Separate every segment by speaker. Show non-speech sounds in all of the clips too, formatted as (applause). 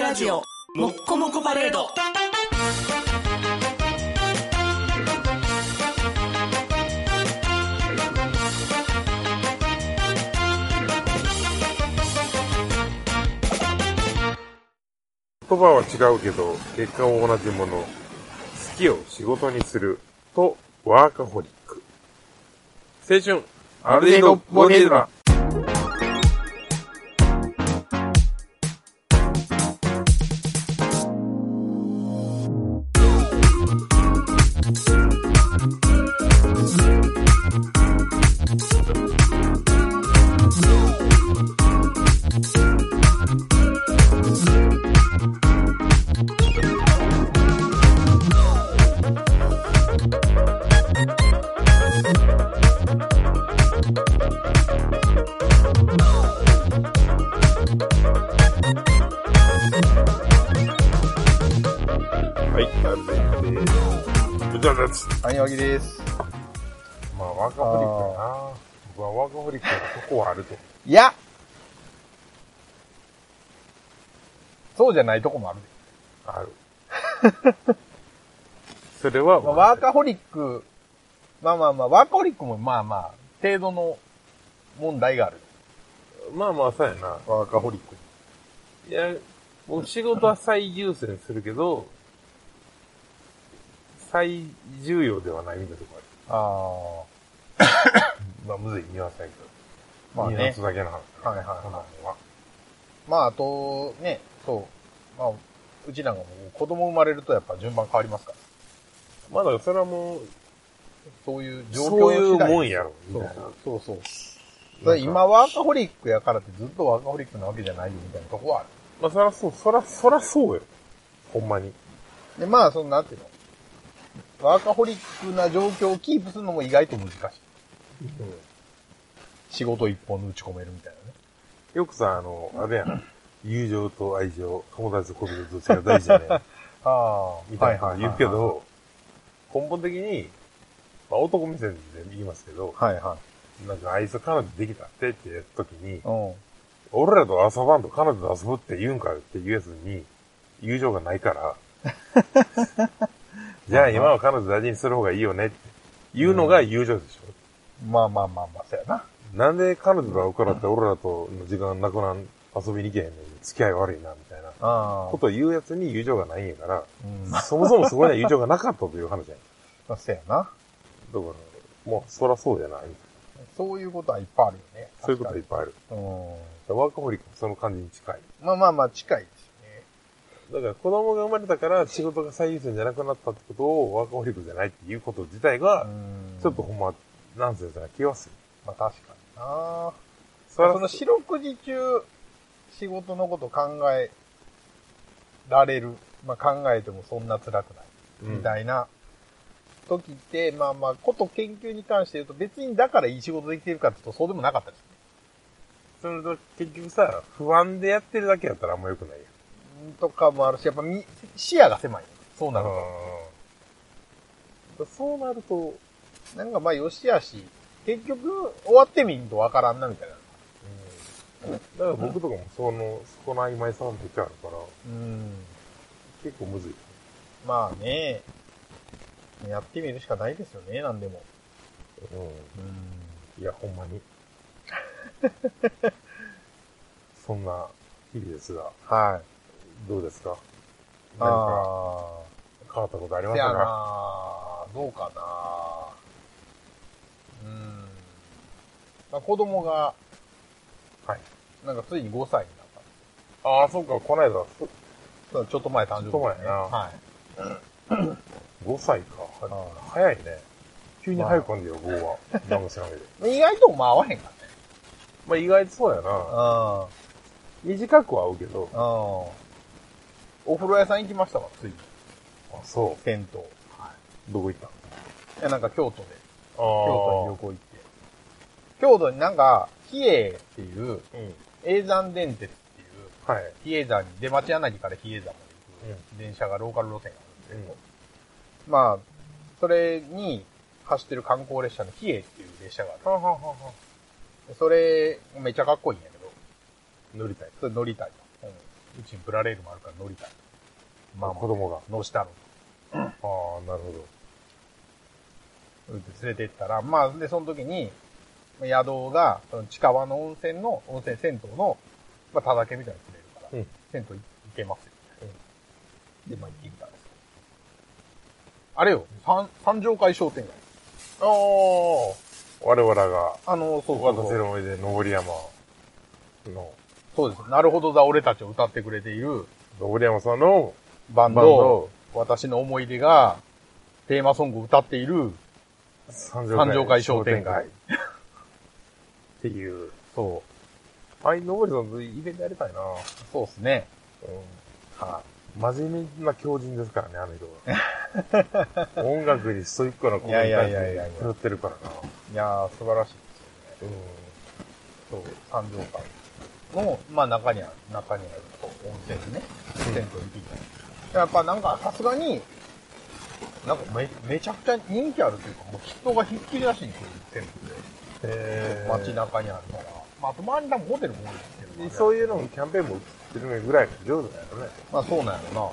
Speaker 1: ラジオもっこもこパレード
Speaker 2: 言葉は違うけど、結果は同じもの。好きを仕事にする。と、ワーカホリック。青春、アルディド・ボネドラ。はい、アルディです。うざだつ。
Speaker 3: はい、わぎです。
Speaker 2: まあ、ワーカホリックだな。僕はワーカホリックのとこはあると。
Speaker 3: いやそうじゃないとこもあるで。
Speaker 2: ある。 (laughs) それは、
Speaker 3: まあワーカホリック、まあまあまあ、ワーカホリックもまあまあ、程度の問題がある。
Speaker 2: まあまあ、そうやな。
Speaker 3: ワーカホリック。
Speaker 2: いや、僕仕事は最優先するけど、最重要ではないみたいなとこある。
Speaker 3: あ
Speaker 2: まあ、むずい、ニュアンスだけど。
Speaker 3: あ、まあ
Speaker 2: ニュアン
Speaker 3: ね
Speaker 2: ス。だけの話。
Speaker 3: はいはい
Speaker 2: こんな
Speaker 3: は
Speaker 2: のは。
Speaker 3: い。まああと、ね、そう。まあ、うちなんかもう子供生まれるとやっぱ順番変わりますから。
Speaker 2: まだそれはもう、
Speaker 3: そういう状況
Speaker 2: そういう
Speaker 3: 次第
Speaker 2: もんやろ、み
Speaker 3: そ
Speaker 2: たいうな。
Speaker 3: そうそうそう。今ワーカホリックやからってずっとワーカホリックなわけじゃないよみたいなとこはある。
Speaker 2: まあ、そらそう、そら、そらそうよ。ほんまに。
Speaker 3: で、まあ、その、なんていうのワーカホリックな状況をキープするのも意外と難しい。仕事一本に打ち込めるみたいなね。
Speaker 2: よくさ、あの、あれやん。友情と愛情、友達と恋人どっちが大事じゃ (laughs) ね
Speaker 3: あ
Speaker 2: みたいなこと言うけ。ど、根本的に、まあ、男目線で言いますけど、
Speaker 3: はいは
Speaker 2: なんかあいつ彼女できたってってやった時に
Speaker 3: い。、うん。
Speaker 2: 俺らと遊ばんと彼女と遊ぶって言うんかって言えずに、友情がないから、 (laughs) じゃあ今は彼女大事にする方がいいよねって言うのが友情でしょ。
Speaker 3: まあまあまあまあ、そうやな。
Speaker 2: なんで彼女が会うからって俺らとの時間なくなん、遊びに行けへんのに付き合い悪いなみたいな
Speaker 3: あ
Speaker 2: こ。とを言うやつに友情がないんやから、
Speaker 3: うん。まあ、
Speaker 2: そもそもそこには友情がなかったという話やん。だか
Speaker 3: そうやな。
Speaker 2: ら、もうそらそうじゃない。
Speaker 3: そういうことはいっぱいあるよね。
Speaker 2: そういうことはいっぱいある。
Speaker 3: ぱい。う
Speaker 2: ワーカホリックもその感じに近い。
Speaker 3: ん。まあまあまあ、近いですよ
Speaker 2: だ
Speaker 3: ね。
Speaker 2: から子供が生まれたから仕事が最優先じゃなくなったってことをワーカホリックじゃないっていうこと自体が、
Speaker 3: ん
Speaker 2: ちょっとほんま、ナンセンスな気はする。
Speaker 3: まあ確かにな。
Speaker 2: そ
Speaker 3: そ
Speaker 2: れは
Speaker 3: その四六時中、仕事のこと考えられる。まあ考えてもそんな辛くない。
Speaker 2: うん
Speaker 3: みたいな時って、まあまあ、こと研究に関して言うと、別にだからいい仕事できてるかって言うと、そうでもなかったです。
Speaker 2: それと結局さ、不安でやってるだけやったらあんま良くないよ。
Speaker 3: うんとかもあるし、やっぱみ視野が狭い。そうなると。
Speaker 2: うんそうなると、
Speaker 3: なんかまあ、よしあし、結局、終わってみんとわからんな、みたいな。
Speaker 2: だから僕とかもその、そこの曖昧さの時あるから、
Speaker 3: うん。
Speaker 2: 結構むずい。
Speaker 3: まあね、やってみるしかないですよね、なんでも。
Speaker 2: う。
Speaker 3: うん
Speaker 2: いや、ほんまに。 (laughs) そんな日々ですが、
Speaker 3: はい。
Speaker 2: どうですか
Speaker 3: あ
Speaker 2: 何か
Speaker 3: あ
Speaker 2: 変わったことあり
Speaker 3: ー。
Speaker 2: ま
Speaker 3: せ
Speaker 2: し
Speaker 3: や
Speaker 2: た
Speaker 3: な
Speaker 2: か
Speaker 3: どうかなうん。まあ、子供が、
Speaker 2: はい。
Speaker 3: なんかついに5歳になった。
Speaker 2: ああ、そうか、この間、
Speaker 3: そうちょっと前誕生日、
Speaker 2: ちょ
Speaker 3: ね。
Speaker 2: っと前やな
Speaker 3: はい。
Speaker 2: 5歳か。
Speaker 3: あ
Speaker 2: 早いね。急に早くんだよ、5は。
Speaker 3: (laughs)
Speaker 2: なんか知らんけど。
Speaker 3: 意外とまあ合わへんか
Speaker 2: まあ意外とそうやな。
Speaker 3: らね。
Speaker 2: 短くは合うけど。
Speaker 3: うん。うん。お風呂屋さん行きましたわ、ついに。
Speaker 2: あ、そ。
Speaker 3: 銭湯。いう
Speaker 2: どこ行ったあ
Speaker 3: や、なんか京都で。
Speaker 2: あ
Speaker 3: 京都に旅行行って。京都になんか、比叡っていう、
Speaker 2: ー。うん。
Speaker 3: 永山電鉄っていう、
Speaker 2: はい。
Speaker 3: 比叡山に、出町柳から比叡山まで行く、電車がローカル路線があるんですけど、まあ、それに走ってる観光列車の比叡っていう列車があ
Speaker 2: はははは。
Speaker 3: る。それ、めっちゃかっこいいんやけど、
Speaker 2: 乗りたい。
Speaker 3: それ乗りたいと。うちにプラレールもあるから乗りたい。まあ、
Speaker 2: 子供が。
Speaker 3: 乗したの。
Speaker 2: ああ、なるほど。
Speaker 3: それで連れてったら、まあ、で、その時に、宿が、その近場の温泉の、温泉、銭湯の、まあ、ただけみたいにくれるから、
Speaker 2: うん
Speaker 3: 銭湯行けますよ、で、まあ、行ってみたんですけどあれよ、三、三条会商店街。
Speaker 2: ああ、我々が、
Speaker 3: あの、そうそう
Speaker 2: 私
Speaker 3: そう。
Speaker 2: の思い出、登山の、
Speaker 3: そうです。なるほどだ、俺たちを歌ってくれている
Speaker 2: 登山さんの
Speaker 3: バンド、
Speaker 2: バンド
Speaker 3: 私の思い出が、テーマソングを歌っている、
Speaker 2: 三
Speaker 3: 三条会商店街。
Speaker 2: っていう。
Speaker 3: そ
Speaker 2: あい登山とイベントやりたいな。
Speaker 3: う。そうですね。
Speaker 2: うん。はい。真面目な狂人ですからね、あの人 (laughs) は。音楽にストイックなことに対
Speaker 3: いやいやいや
Speaker 2: し
Speaker 3: い
Speaker 2: て
Speaker 3: や
Speaker 2: 狂ってるからな。
Speaker 3: いやー、素晴らしいですよね。
Speaker 2: う
Speaker 3: そう、三条館の、まあ中にある、中にある温泉ね。銭湯行ってきた。やっぱなんかさすがに、なんかめめちゃくちゃ人気あるというか、もう人がひっきりなしに来る銭
Speaker 2: ん。へ
Speaker 3: 湯で、街中にあるから。まあ、あと周りに多分ホテルも多いですけど、ね。
Speaker 2: そういうのもキャンペーンも売ってるぐらいの上手だよね。
Speaker 3: まあそうなんやろな。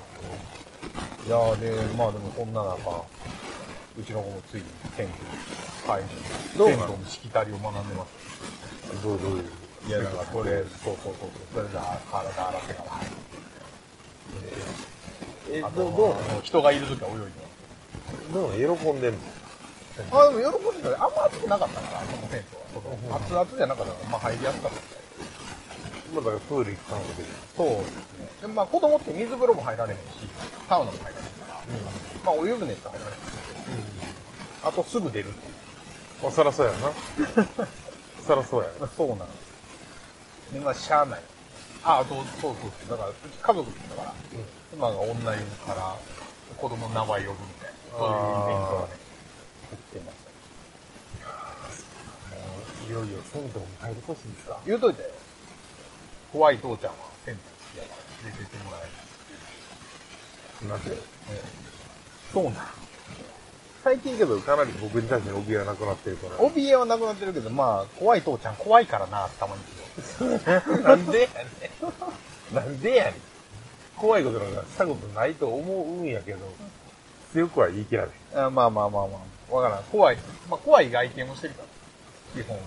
Speaker 3: いやーで、まあでもこんな中、うちの子もついに銭湯、会員、
Speaker 2: どう
Speaker 3: 銭
Speaker 2: な
Speaker 3: 湯
Speaker 2: の
Speaker 3: のしきたりを学んでます。
Speaker 2: どうどういう。
Speaker 3: いや、だからこれ、そうそうそう、そうそれで体洗ってから入る。
Speaker 2: え、ど
Speaker 3: あ
Speaker 2: う、
Speaker 3: と
Speaker 2: ど
Speaker 3: 人がいるときは泳いで
Speaker 2: う、どう、喜んでんの
Speaker 3: ます。あ、でも喜んでたね。あんま暑くなかったから、このテントは。熱々じゃなかったから、まあ入りやすかったみ
Speaker 2: まあだからプール行ったんだけど。
Speaker 3: たい。そうですね。でもまあ子供って水風呂も入られへんし、サウナも入られへんから、まあお湯船しか入られへん。あとすぐ出るってい
Speaker 2: (laughs) まあそらそうやな。そらそうや
Speaker 3: う。そうなんです。で、まあしゃあない。あ、あと、そうそうそう。だから、うち家族だから、今が女湯から子供の名前呼ぶみたいな、そういうイベントがね、起きてま
Speaker 2: な。
Speaker 3: した。
Speaker 2: いよいよ銭湯に入り越しですか。
Speaker 3: 言うといたよ。怖い父ちゃんは銭湯好きやから連れてってもらえない。
Speaker 2: なんで
Speaker 3: そうなん。
Speaker 2: 最近けどかなり僕に対しての怯えはなくなってるから。
Speaker 3: 怯えはなくなってるけど、まあ、怖い父ちゃん怖いからな、たまに
Speaker 2: (laughs)
Speaker 3: 言うよ。なんでやねん。なんでやねん。
Speaker 2: 怖いことなんかしたことないと思うんやけど、強くは言い切らない。
Speaker 3: あまあまあまあまあ。わからん。怖い。まあ、怖い外見をしてるから。基本。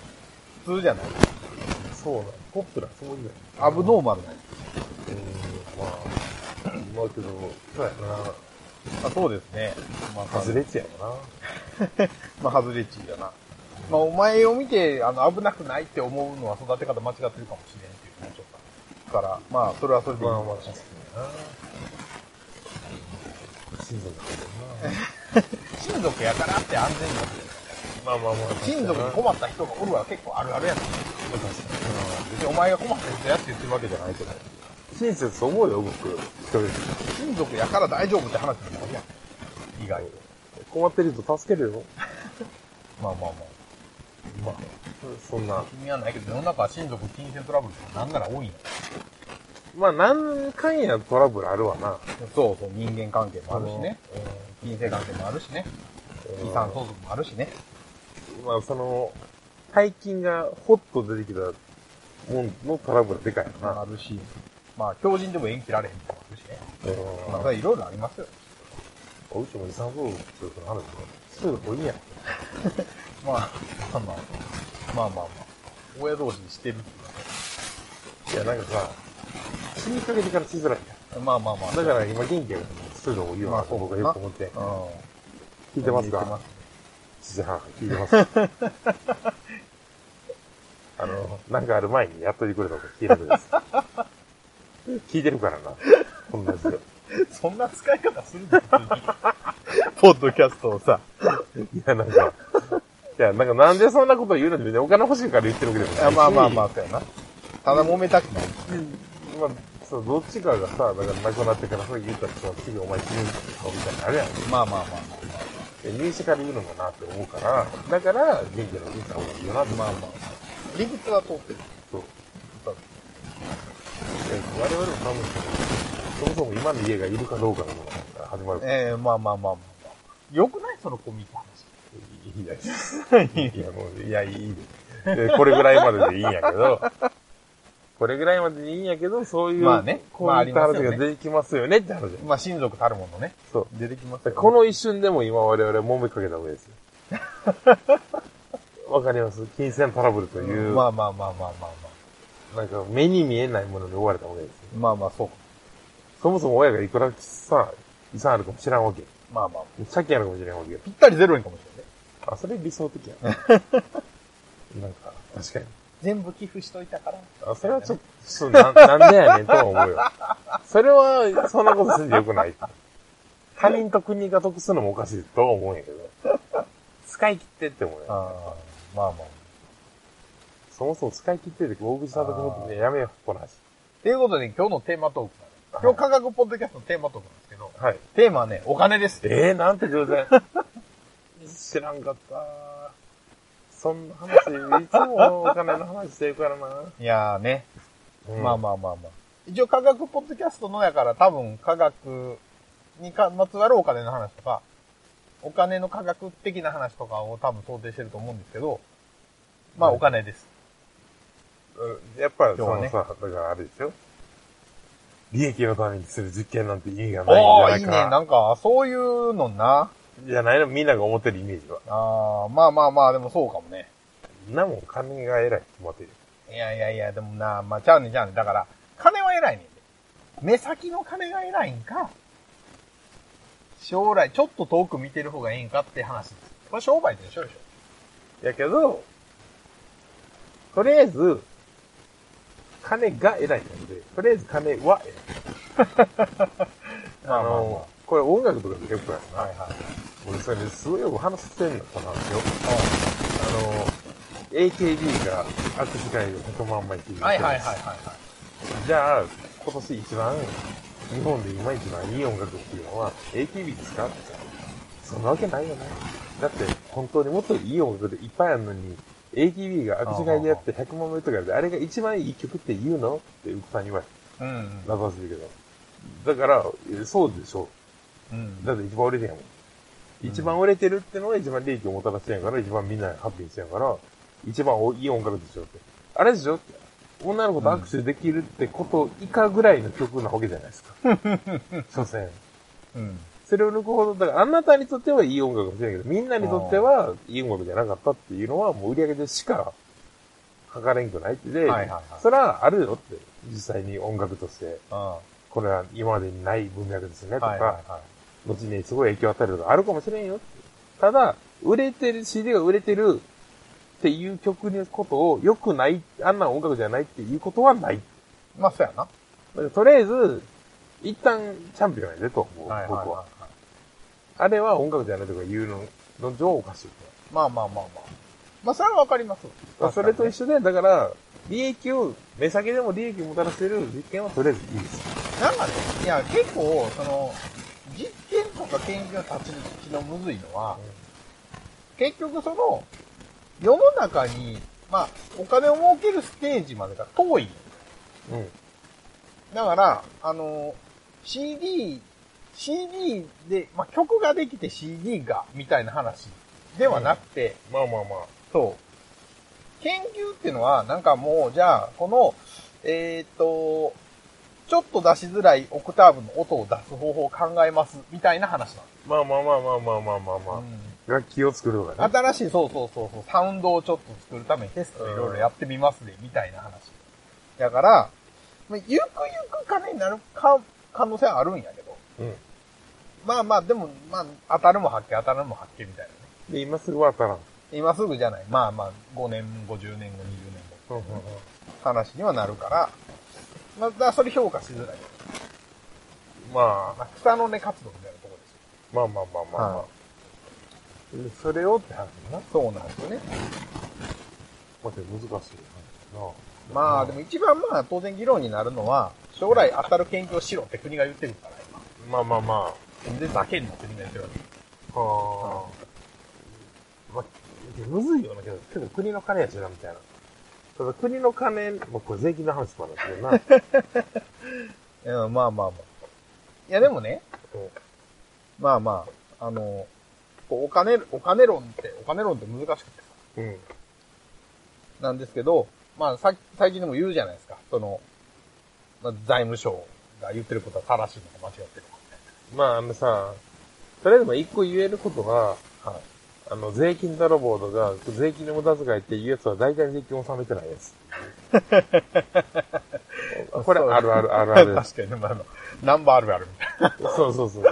Speaker 3: 普通じゃない。
Speaker 2: そうなの。ポップな、そういうの。
Speaker 3: アブノーマルない。
Speaker 2: うん、まあ、まあけど、そうや
Speaker 3: あ、そうですね。まあ、
Speaker 2: な。外れちやな。
Speaker 3: まあ、外れ値だな。まあ、お前を見て、あの、危なくないって思うのは育て方間違ってるかもしれんっていうね、ちょっと。だから、まあ、それはそれでいい
Speaker 2: ま
Speaker 3: か
Speaker 2: あまあ、
Speaker 3: もし
Speaker 2: 確
Speaker 3: れ
Speaker 2: か
Speaker 3: ない。
Speaker 2: にな。親族だけ
Speaker 3: 親族やからって安全になって
Speaker 2: どな。まあまあまあ。
Speaker 3: る親族に
Speaker 2: こ
Speaker 3: 困った人がおるは結構あるあるやん。別にお前が困った人やって言ってるわけじゃないけど。
Speaker 2: 親切と思うよ、僕。一人で。
Speaker 3: 親族やから大丈夫って話になるやん。意外と。
Speaker 2: 困ってる人助けるよ。
Speaker 3: まあまあまあ。
Speaker 2: まあ、そんな。
Speaker 3: 君はないけど、世の中は親族金銭トラブルとかなんなら多いんや。
Speaker 2: まあ、何回やトラブルあるわな。
Speaker 3: そうそう、人間関係もあるしね。
Speaker 2: うん。
Speaker 3: 人生関係もあるしね。
Speaker 2: うん
Speaker 3: 遺産相続もあるしね。
Speaker 2: まあ、その、大金がホッと出てきたもんのトラブルでかいよな。
Speaker 3: あるし、まあ、狂人でも縁切られへんとかあるしね。
Speaker 2: うん
Speaker 3: まあ、それいろいろありますよ。
Speaker 2: うちも遺産相続するからあるけど、そういうのもいいやん。
Speaker 3: まあ、 (laughs) まあまあ、まあまあまあ、親同士にしてるってい
Speaker 2: いや、なんかさ、死にかけてからしづらいや
Speaker 3: うかまあまあまあ。
Speaker 2: ん。だから今元気やから、そういうのもいいよ
Speaker 3: ま
Speaker 2: な
Speaker 3: あ、そう
Speaker 2: 僕がよく思って。
Speaker 3: うん。
Speaker 2: 聞いてます
Speaker 3: 聞いてま
Speaker 2: か
Speaker 3: す
Speaker 2: 父母、聞いてます。あの、なんかある前にやっといてくれたこと聞いたことです。聞いてるからな。こんなやつ。
Speaker 3: (laughs) そんな使い方する
Speaker 2: (laughs)
Speaker 3: のポッドキャストをさ。
Speaker 2: いや、なんか、いや、なんかなんでそんなこと言うのって別にお金欲しいから言ってるわけでもないし。
Speaker 3: まあまあまあ、そうやな。ただ揉めたくない。
Speaker 2: まあ、そう、どっちかがさ、だから亡くなってからそう言うたらさ、次お前死ぬぞみたいなのあるやん。
Speaker 3: まあまあまあま
Speaker 2: で入試から言うのもなって思うから、だから、元気なの言った方がいいよなって。
Speaker 3: あ。まあまあ。理屈は通ってる。
Speaker 2: そう。で我々も多分、そもそも今の家がいるかどうかのものが始まる。
Speaker 3: ええまあまあまあまあまあ。よくないそのコミック
Speaker 2: いや、
Speaker 3: 話。
Speaker 2: いや、もう、いや、いいです。でこれぐらいまででいいんやけど、これぐらいまででいいんやけど、そういう、
Speaker 3: まあね
Speaker 2: こ
Speaker 3: まあ
Speaker 2: う
Speaker 3: あ
Speaker 2: いっ
Speaker 3: り
Speaker 2: た
Speaker 3: ま
Speaker 2: 話
Speaker 3: すよね
Speaker 2: が出てきますよねって話。
Speaker 3: まあ、親族たるものね。
Speaker 2: そう。
Speaker 3: 出てきます
Speaker 2: だ
Speaker 3: よ
Speaker 2: から
Speaker 3: ね
Speaker 2: この一瞬でも今我々は揉めかけた方がいいです
Speaker 3: (laughs)
Speaker 2: よ。わかります金銭トラブルという、
Speaker 3: まあまあまあまあまあまあ。
Speaker 2: なんか目に見えないものに追われた方がいいですよ。
Speaker 3: まあまあ、そうか。
Speaker 2: そもそも親がいくらさ、遺産あるかも知らんわけ。
Speaker 3: まあまあ。
Speaker 2: 借金あるかもしれんわけよ。
Speaker 3: ぴったりゼロにかもしれない。
Speaker 2: あ、それ理想的や (laughs) な。なんか、確かに。
Speaker 3: 全部寄付しといたから。
Speaker 2: あ、それはちょっと、な、なんでやねんとは思うよ。それは、そんなことすんでよくない。他人と国が得するのもおかしいとは思うんやけど。使い切ってって思う
Speaker 3: あ
Speaker 2: よ。
Speaker 3: あ、まあまあ。
Speaker 2: そもそも使い切ってって大口さんと思ってね、やめよう、この話。
Speaker 3: ということで、今日のテーマトークな
Speaker 2: はい
Speaker 3: の。今日科学ポッドキャストのテーマトークなんですけど、
Speaker 2: はい。
Speaker 3: テーマはね、お金です。
Speaker 2: ええー、なんて偶然。 (laughs) 知らんかった。そんな話、いつもお金の話してるからな。
Speaker 3: いやーね。
Speaker 2: うん
Speaker 3: まあまあまあまあ。一応科学ポッドキャストのやから多分科学にかまつわるお金の話とか、お金の科学的な話とかを多分想定してると思うんですけど、まあ
Speaker 2: はい
Speaker 3: お金です。
Speaker 2: やっぱ、そ
Speaker 3: 今日は
Speaker 2: の
Speaker 3: ね
Speaker 2: さ、だからあれでしょ利益のためにする実験なんて意味が
Speaker 3: お
Speaker 2: な
Speaker 3: ー
Speaker 2: いん
Speaker 3: い
Speaker 2: じ
Speaker 3: い
Speaker 2: ゃ
Speaker 3: ね。
Speaker 2: ない
Speaker 3: な
Speaker 2: か。
Speaker 3: んか、そういうのな。
Speaker 2: じゃないのみんなが思ってるイメージは。
Speaker 3: あーまあまあまあ、でもそうかもね。
Speaker 2: みんなもん金が偉いって思ってる。
Speaker 3: いやいやいや、でもな、まあ、ちゃうねんちゃうねんだから、金は偉いねんで。目先の金が偉いんか、将来、ちょっと遠く見てる方がいいんかって話です。これ商売と一緒でしょ。
Speaker 2: やけど、とりあえず、金が偉いなんで、とりあえず金は偉い。
Speaker 3: ま
Speaker 2: あの、これ音楽とかで結構やるな。
Speaker 3: はいはい。
Speaker 2: 俺それねすごいよく話してんの、この話を。あの、AKB が握手会を100万枚っていう。
Speaker 3: はいはいはいはいはい。
Speaker 2: じゃあ、今年一番、日本で今一番いい音楽っていうのは AKB ですかってそんなわけないよね。だって、本当にもっといい音楽でいっぱいあるのに、AKB が握手会でやって100万枚とかで、あれが一番いい曲って言うのって、うくさんに言われ
Speaker 3: うん
Speaker 2: た。謎はするけど。だから、えそうでしょ
Speaker 3: うん。うん。
Speaker 2: だって一番売れてんやもん。一番売れてるってのが一番利益をもたらしてんやから、一番みんなハッピーしてんやから、一番いい音楽でしょって。あれでしょって。女の子と握手できるってこと以下ぐらいの曲なわけじゃないですか。
Speaker 3: (laughs)
Speaker 2: 所詮。
Speaker 3: うん。
Speaker 2: それを抜くほど、だからあなたにとってはいい音楽かもしれないけど、みんなにとってはいい音楽じゃなかったっていうのは、もう売り上げでしか測れんくないってで、
Speaker 3: はいはいはい
Speaker 2: それはあるよって、実際に音楽として、
Speaker 3: あ
Speaker 2: これは今までにない文脈ですねと
Speaker 3: あ
Speaker 2: か、
Speaker 3: はいはいは
Speaker 2: 後にすごい影響を与えるとかあるかもしれんよって。ただ、売れてる、CD が売れてるっていう曲のことを良くない、あんな音楽じゃないっていうことはない。
Speaker 3: い。まあ、そうやな。
Speaker 2: だからとりあえず、一旦チャンピオンやでと思う、
Speaker 3: はいはい
Speaker 2: 僕
Speaker 3: は
Speaker 2: は。あれは音楽じゃないとか言うの、の上おかしい。
Speaker 3: い。まあまあまあまあ。まあ、それはわかります。
Speaker 2: それと
Speaker 3: 緒。
Speaker 2: 一緒で、だから、利益を、目先でも利益をもたらせる実験はとりあえずいいです。
Speaker 3: なんかね、いや、結構、その、実験とか研究の立ち位置のむずいのは、結局その、世の中に、まあ、お金を儲けるステージまでが遠い。
Speaker 2: うん。
Speaker 3: だから、あの、CD、CD で、まあ、曲ができて CD が、みたいな話ではなくて、
Speaker 2: まあまあまあ。
Speaker 3: そう。研究っていうのは、なんかもう、じゃあ、この、えーっと、ちょっと出しづらいオクターブの音を出す方法を考えます、みたいな話なんです
Speaker 2: まあまあまあまあまあまあまあまあ。楽器を作るとかね。
Speaker 3: 新しい、そうそうそうそう、サウンドをちょっと作るためにテストいろいろやってみますね、みたいな話。だから、まあゆくゆく金になるか、可能性はあるんやけど。
Speaker 2: うん。
Speaker 3: まあまあ、でも、まあ、当たるも発見、当たるも発見みたいなね。
Speaker 2: で、今すぐは当たらん。
Speaker 3: 今すぐじゃない。まあまあ、5年後、10年後、20年
Speaker 2: うんうんうん
Speaker 3: 後、話にはなるから、まあ、だからそれ評価しづらい。
Speaker 2: まあ、
Speaker 3: まあ、草の根活動みたいなところですよ。
Speaker 2: まあまあまあまあ、ま
Speaker 3: は
Speaker 2: あでそれをって話だな。
Speaker 3: そうなんですよね。
Speaker 2: まあ、でも難しいよな。
Speaker 3: まあ、でも、一番まあ、当然議論になるのは、将来当たる研究をしろって国が言ってるから、今。
Speaker 2: まあまあまあ、
Speaker 3: で、ざけんなってみんな言ってるわけ。
Speaker 2: はあ、まあ、でむずいよな、けど、けど国の金やしな、みたいな。ただ国の金、まあ、これ税金の話もあるんだけどな。
Speaker 3: うん、まあまあまあ。いや、でもね、
Speaker 2: うん
Speaker 3: まあまあ、あの、こうお金、お金論って、お金論って難しくてさ、 (laughs)
Speaker 2: うん。
Speaker 3: なんですけど、まあ、さ最近でも言うじゃないですか。その、まあ、財務省が言ってることは正しいのか間違ってるの
Speaker 2: まあ、あのさ、とりあえずまあ一個言えることが、
Speaker 3: か。はい。
Speaker 2: あの、税金泥棒とか、税金の無駄遣いっていうやつは大体税金を納めてないや
Speaker 3: (laughs)
Speaker 2: つ。これあるあるあるあるです。
Speaker 3: 確かに、まあ、ナンバーあるあるみたい
Speaker 2: そうそうそう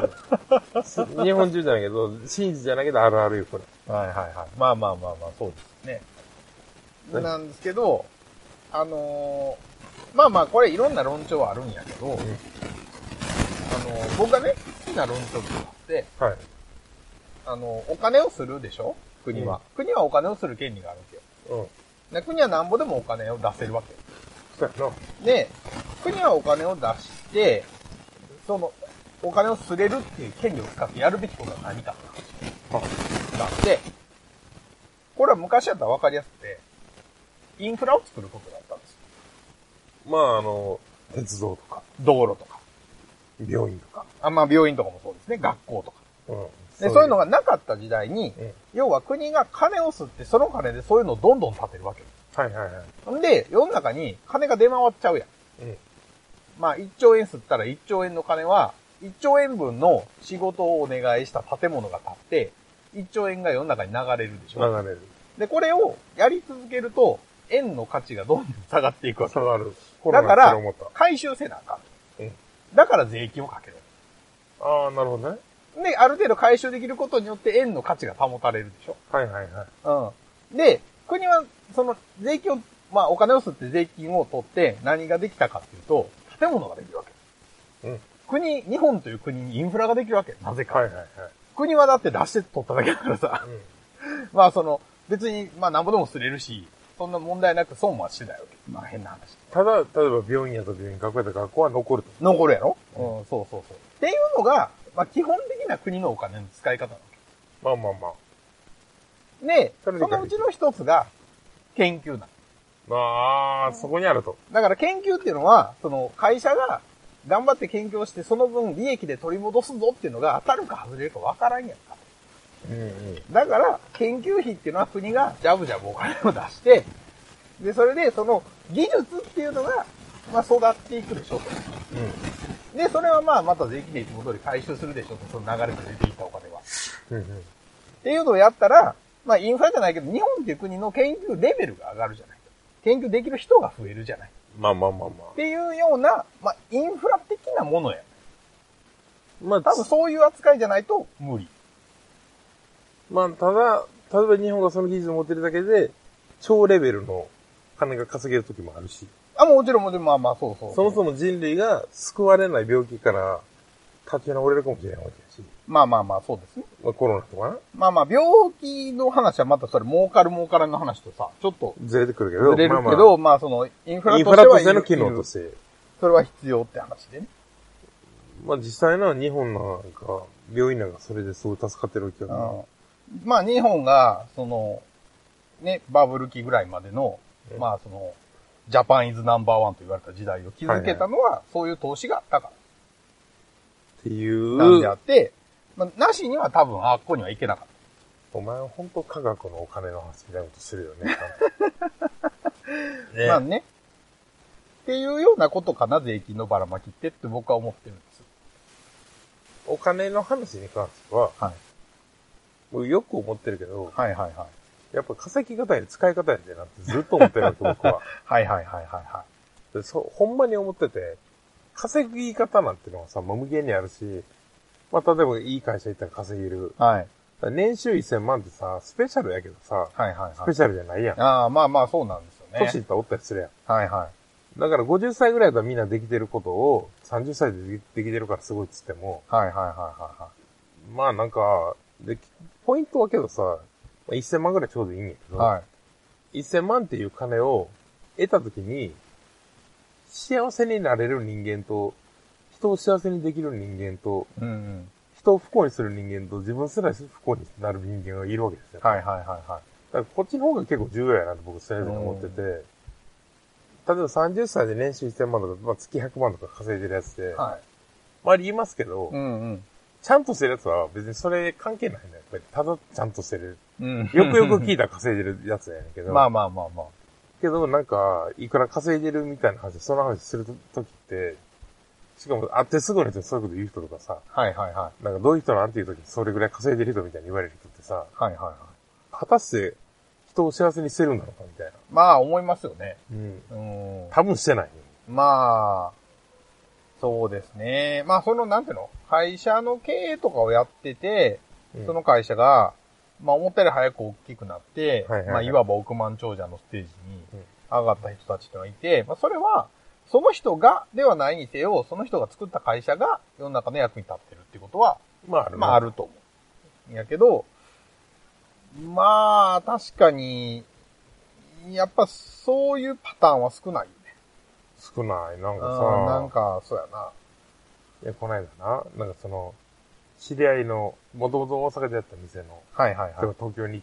Speaker 2: そう。日本中じゃないけど、真実じゃないけどあるあるよ、これ。
Speaker 3: な。はいはいはい。まあまあまあまあ、そうですね。
Speaker 2: はい
Speaker 3: なんですけど、あのーまあまあ、これいろんな論調はあるんやけど、あのー僕がね、好きな論調っていうのがあって、
Speaker 2: はい。
Speaker 3: あの、お金をするでしょ国は、国はお金をする権利があるんですよ。
Speaker 2: うん。
Speaker 3: で国はなんぼでもお金を出せるわけ。
Speaker 2: そうやな。
Speaker 3: で、国はお金を出して、その、お金をすれるっていう権利を使ってやるべきことは何か
Speaker 2: あ、
Speaker 3: だって、これは昔やったらわかりやすくて、インフラを作ることだったんですよ。
Speaker 2: まあ、あの、鉄道とか、
Speaker 3: 道路とか。
Speaker 2: 病院とか。
Speaker 3: あまあ病院とかもそうですね。学校とか。
Speaker 2: うん。
Speaker 3: で、そういうのがなかった時代に、
Speaker 2: え
Speaker 3: 要は国が金を吸って、その金でそういうのをどんどん建てるわけ。
Speaker 2: はいはいはい。
Speaker 3: んで、世の中に金が出回っちゃうやん。
Speaker 2: え
Speaker 3: まあ、1兆円吸ったら1兆円の金は、1兆円分の仕事をお願いした建物が建って、1兆円が世の中に流れるでしょ。
Speaker 2: 流れる。
Speaker 3: で、これをやり続けると、円の価値がどんどん下がっていくわけ
Speaker 2: 下。がる。
Speaker 3: だか
Speaker 2: コロナって
Speaker 3: ら
Speaker 2: 思った、
Speaker 3: 回収せなあか
Speaker 2: え
Speaker 3: ん。だから税金をかける。
Speaker 2: ああ、なるほどね。
Speaker 3: で、ある程度回収できることによって円の価値が保たれるでしょ。
Speaker 2: はいはいはい。
Speaker 3: うん。で、国は、その、税金を、まあ、お金を吸って税金を取って何ができたかっていうと、建物ができるわけ。
Speaker 2: うん
Speaker 3: 国、日本という国にインフラができるわけ。なぜか。
Speaker 2: はいはいはい。
Speaker 3: 国はだって出して取っただけだからさ。
Speaker 2: うん。
Speaker 3: まあ、その、別に、まあ、なんぼでもすれるし、そんな問題なく損はしてないわけ。まあ、変な話。
Speaker 2: ただ、例えば病院やと病院、学校やと学校は残ると。
Speaker 3: 残るやろうん、そうそうそう。っていうのが、まあ、基本的な国のお金の使い方なわ
Speaker 2: まあまあまあ。
Speaker 3: け。で、
Speaker 2: そ
Speaker 3: そ
Speaker 2: れでいいか
Speaker 3: のうちの一つが、研究なの
Speaker 2: まあ、そこにあると。
Speaker 3: だから研究っていうのは、その会社が頑張って研究をして、その分利益で取り戻すぞっていうのが当たるか外れるかわからんやんか。
Speaker 2: うんうん。
Speaker 3: だから、研究費っていうのは国がジャブジャブお金を出して、で、それでその技術っていうのが、まあ育っていくでしょと。で、それはまあまた税金でいつも通り回収するでしょと、その流れで出ていったお金は。っ
Speaker 2: うん。うんうん。
Speaker 3: ていうのをやったら、まあインフラじゃないけど、日本っていう国の研究レベルが上がるじゃない。研究できる人が増えるじゃない。
Speaker 2: まあまあまあま
Speaker 3: っ
Speaker 2: あ。
Speaker 3: ていうような、まあ、インフラ的なものや。
Speaker 2: まあ、
Speaker 3: 多分そういう扱いじゃないと無理。
Speaker 2: まあ、ただ、例えば日本がその技術を持ってるだけで、超レベルの金が稼げる時もあるし、
Speaker 3: あ、もちろんもちろん、まあまあ、そうそう。
Speaker 2: そもそも人類が救われない病気から立ち直れるかもしれないわけだし、
Speaker 3: まあまあまあ、そうですね。
Speaker 2: まあコロナとかな、
Speaker 3: まあまあ、病気の話はまたそれ、儲かる儲からんの話とさ、ちょっと
Speaker 2: ずれてくるけど、
Speaker 3: ずれるけど、
Speaker 2: ま
Speaker 3: まあ
Speaker 2: あま
Speaker 3: その、インフ
Speaker 2: あ、
Speaker 3: ラ
Speaker 2: イン
Speaker 3: と
Speaker 2: フ
Speaker 3: し
Speaker 2: ラ
Speaker 3: て
Speaker 2: と
Speaker 3: は
Speaker 2: しての機能と
Speaker 3: いる
Speaker 2: して、
Speaker 3: それは必要って話でね。
Speaker 2: まあ実際な日本なんか、病院なんかそれですごい助かってるわけ
Speaker 3: う
Speaker 2: だから
Speaker 3: ん。まあ、日本が、その、ね、バブル期ぐらいまでの、
Speaker 2: うん
Speaker 3: まあ、その、ジャパンイズナンバーワンと言われた時代を築けたのは、そういう投資があったから。
Speaker 2: ってい
Speaker 3: なんであっ
Speaker 2: う、
Speaker 3: て、まあ、なしには多分、あっこにはいけなかっ
Speaker 2: お前は本当科学のお金の話みたいなことするよ
Speaker 3: (laughs)
Speaker 2: ね。
Speaker 3: た。
Speaker 2: ね
Speaker 3: まあね。っていうようなことかな、税金のばらまきってって僕は思ってるんですよ。
Speaker 2: お金の話に関しては、
Speaker 3: はい。
Speaker 2: 僕よく思ってるけど、
Speaker 3: はいはいはい。
Speaker 2: やっぱ稼ぎ方やり使い方やでなってずっと思ってるわけ、僕
Speaker 3: (laughs)
Speaker 2: は。
Speaker 3: はいはいはいはいは
Speaker 2: でそう、ほんまに思ってて、稼ぎ方なんてのはさ、まあ無限にあるし、まあ例えばいい会社行ったら稼げる。
Speaker 3: い。はい。
Speaker 2: だから年収1000万ってさ、スペシャルやけどさ、
Speaker 3: はいはい
Speaker 2: ス
Speaker 3: は
Speaker 2: ペ
Speaker 3: い。
Speaker 2: シャルじゃないやん。
Speaker 3: ああ、まあまあそうなんですよね。
Speaker 2: 年いったらおったりするやん。
Speaker 3: はいは
Speaker 2: だから50歳ぐらいだったらみんなできてることを30歳でできできてるからすごいっつっても、
Speaker 3: い。はいはいはいはいは
Speaker 2: まあなんか、で、ポイントはけどさ、まあ1000万ぐらいちょうどいいんやけ
Speaker 3: い。
Speaker 2: ど、
Speaker 3: はい。
Speaker 2: 1000万っていう金を得たときに、幸せになれる人間と、人を幸せにできる人間と、
Speaker 3: うんうん。
Speaker 2: 人を不幸にする人間と、自分すら不幸になる人間がいるわけですよ。
Speaker 3: はいはいはいはい。
Speaker 2: だからこっちの方が結構重要やなって僕常々思ってて、
Speaker 3: う
Speaker 2: 例えば30歳で年収1000万とか、まあ、月100万とか稼いでるやつで、
Speaker 3: はい。
Speaker 2: 周り言いますけど、
Speaker 3: うんうん。
Speaker 2: ちゃんとしてるやつは別にそれ関係ないんだよ。やっぱりただちゃんとしてる。
Speaker 3: うん。
Speaker 2: よくよく聞
Speaker 3: い (laughs)
Speaker 2: いたら稼いでるやつやねんけど、
Speaker 3: まあまあまあま
Speaker 2: けど、なんか、いくら稼いでるみたいな話、その話するときって、しかも会ってすぐの人にそういうこと言う人とかさ、
Speaker 3: はいはいは
Speaker 2: なんかどういう人なんていうときそれぐらい稼いでる人みたいに言われる人ってさ、
Speaker 3: い。はいはいはい。
Speaker 2: 果たして人を幸せにしてるんだろうかみたいな。
Speaker 3: まあ、思いますよね。
Speaker 2: うん。
Speaker 3: うん。
Speaker 2: 多分してないね。
Speaker 3: まあ、そうですね。まあ、その、なんていうの会社の経営とかをやってて、
Speaker 2: うん
Speaker 3: その会社が、まあ、思ったより早く大きくなって、
Speaker 2: はいはいはい
Speaker 3: まあ、いわば億万長者のステージ
Speaker 2: う
Speaker 3: に
Speaker 2: ん
Speaker 3: 上がった人たちっていうのがいて、まあ、それは、その人が、ではないにせよ、その人が作った会社が世の中の役に立ってるってことは、
Speaker 2: まああるな
Speaker 3: まあ、あ。ると思う。やけど、まあ、確かに、やっぱそういうパターンは少ないよね。
Speaker 2: 少ない。なんか
Speaker 3: うん
Speaker 2: さ、
Speaker 3: なんか、そうやな。
Speaker 2: いや、こないだな、なんかその、知り合いの、もともと大阪でやった店の、
Speaker 3: はいはい
Speaker 2: 人が
Speaker 3: はい。
Speaker 2: 東京に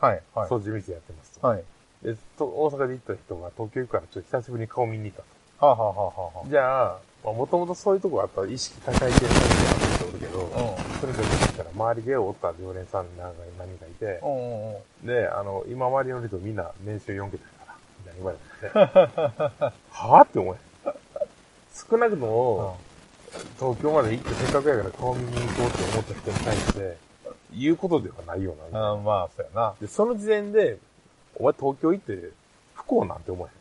Speaker 3: はい
Speaker 2: 行っ
Speaker 3: は
Speaker 2: て、掃除店やってます
Speaker 3: い。
Speaker 2: と。
Speaker 3: はい。
Speaker 2: で、と大阪で行った人が東京行くからちょっと久しぶりに顔見に行ったと。
Speaker 3: はあ、はあはあは
Speaker 2: じゃあ、まあ、もともとそういうとこあったら意識高い系の人がある人おるけ
Speaker 3: あは
Speaker 2: ど、
Speaker 3: あ、
Speaker 2: それで行ったら周りでおった常連さんなんか何人かいて
Speaker 3: う、ん。うんうんうん。
Speaker 2: で、あの、今周りの人みんな年収4桁やから、みたいな言われて、
Speaker 3: (laughs)
Speaker 2: はぁって思え。少なくとも、東京まで行ってせっかくやから顔見に行こうって思った人に対して、言うことではないよな。
Speaker 3: うん、まあ、そうやな。
Speaker 2: で、その時点で、お前東京行って不幸なんて思えへん。